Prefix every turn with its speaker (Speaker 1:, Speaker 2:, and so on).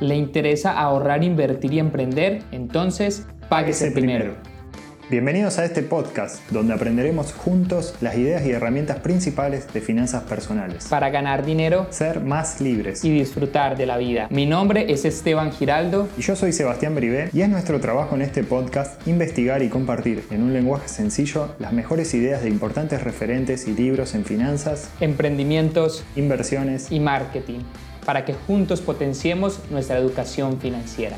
Speaker 1: le interesa ahorrar, invertir y emprender, entonces páguese primero.
Speaker 2: Bienvenidos a este podcast, donde aprenderemos juntos las ideas y herramientas principales de finanzas personales.
Speaker 1: Para ganar dinero
Speaker 2: Ser más libres.
Speaker 1: y disfrutar de la vida. Mi nombre es Esteban Giraldo.
Speaker 2: Y yo soy Sebastián Brivé y es nuestro trabajo en este podcast investigar y compartir en un lenguaje sencillo las mejores ideas de importantes referentes y libros en finanzas,
Speaker 1: Emprendimientos
Speaker 2: inversiones
Speaker 1: y marketing para que juntos potenciemos nuestra educación financiera.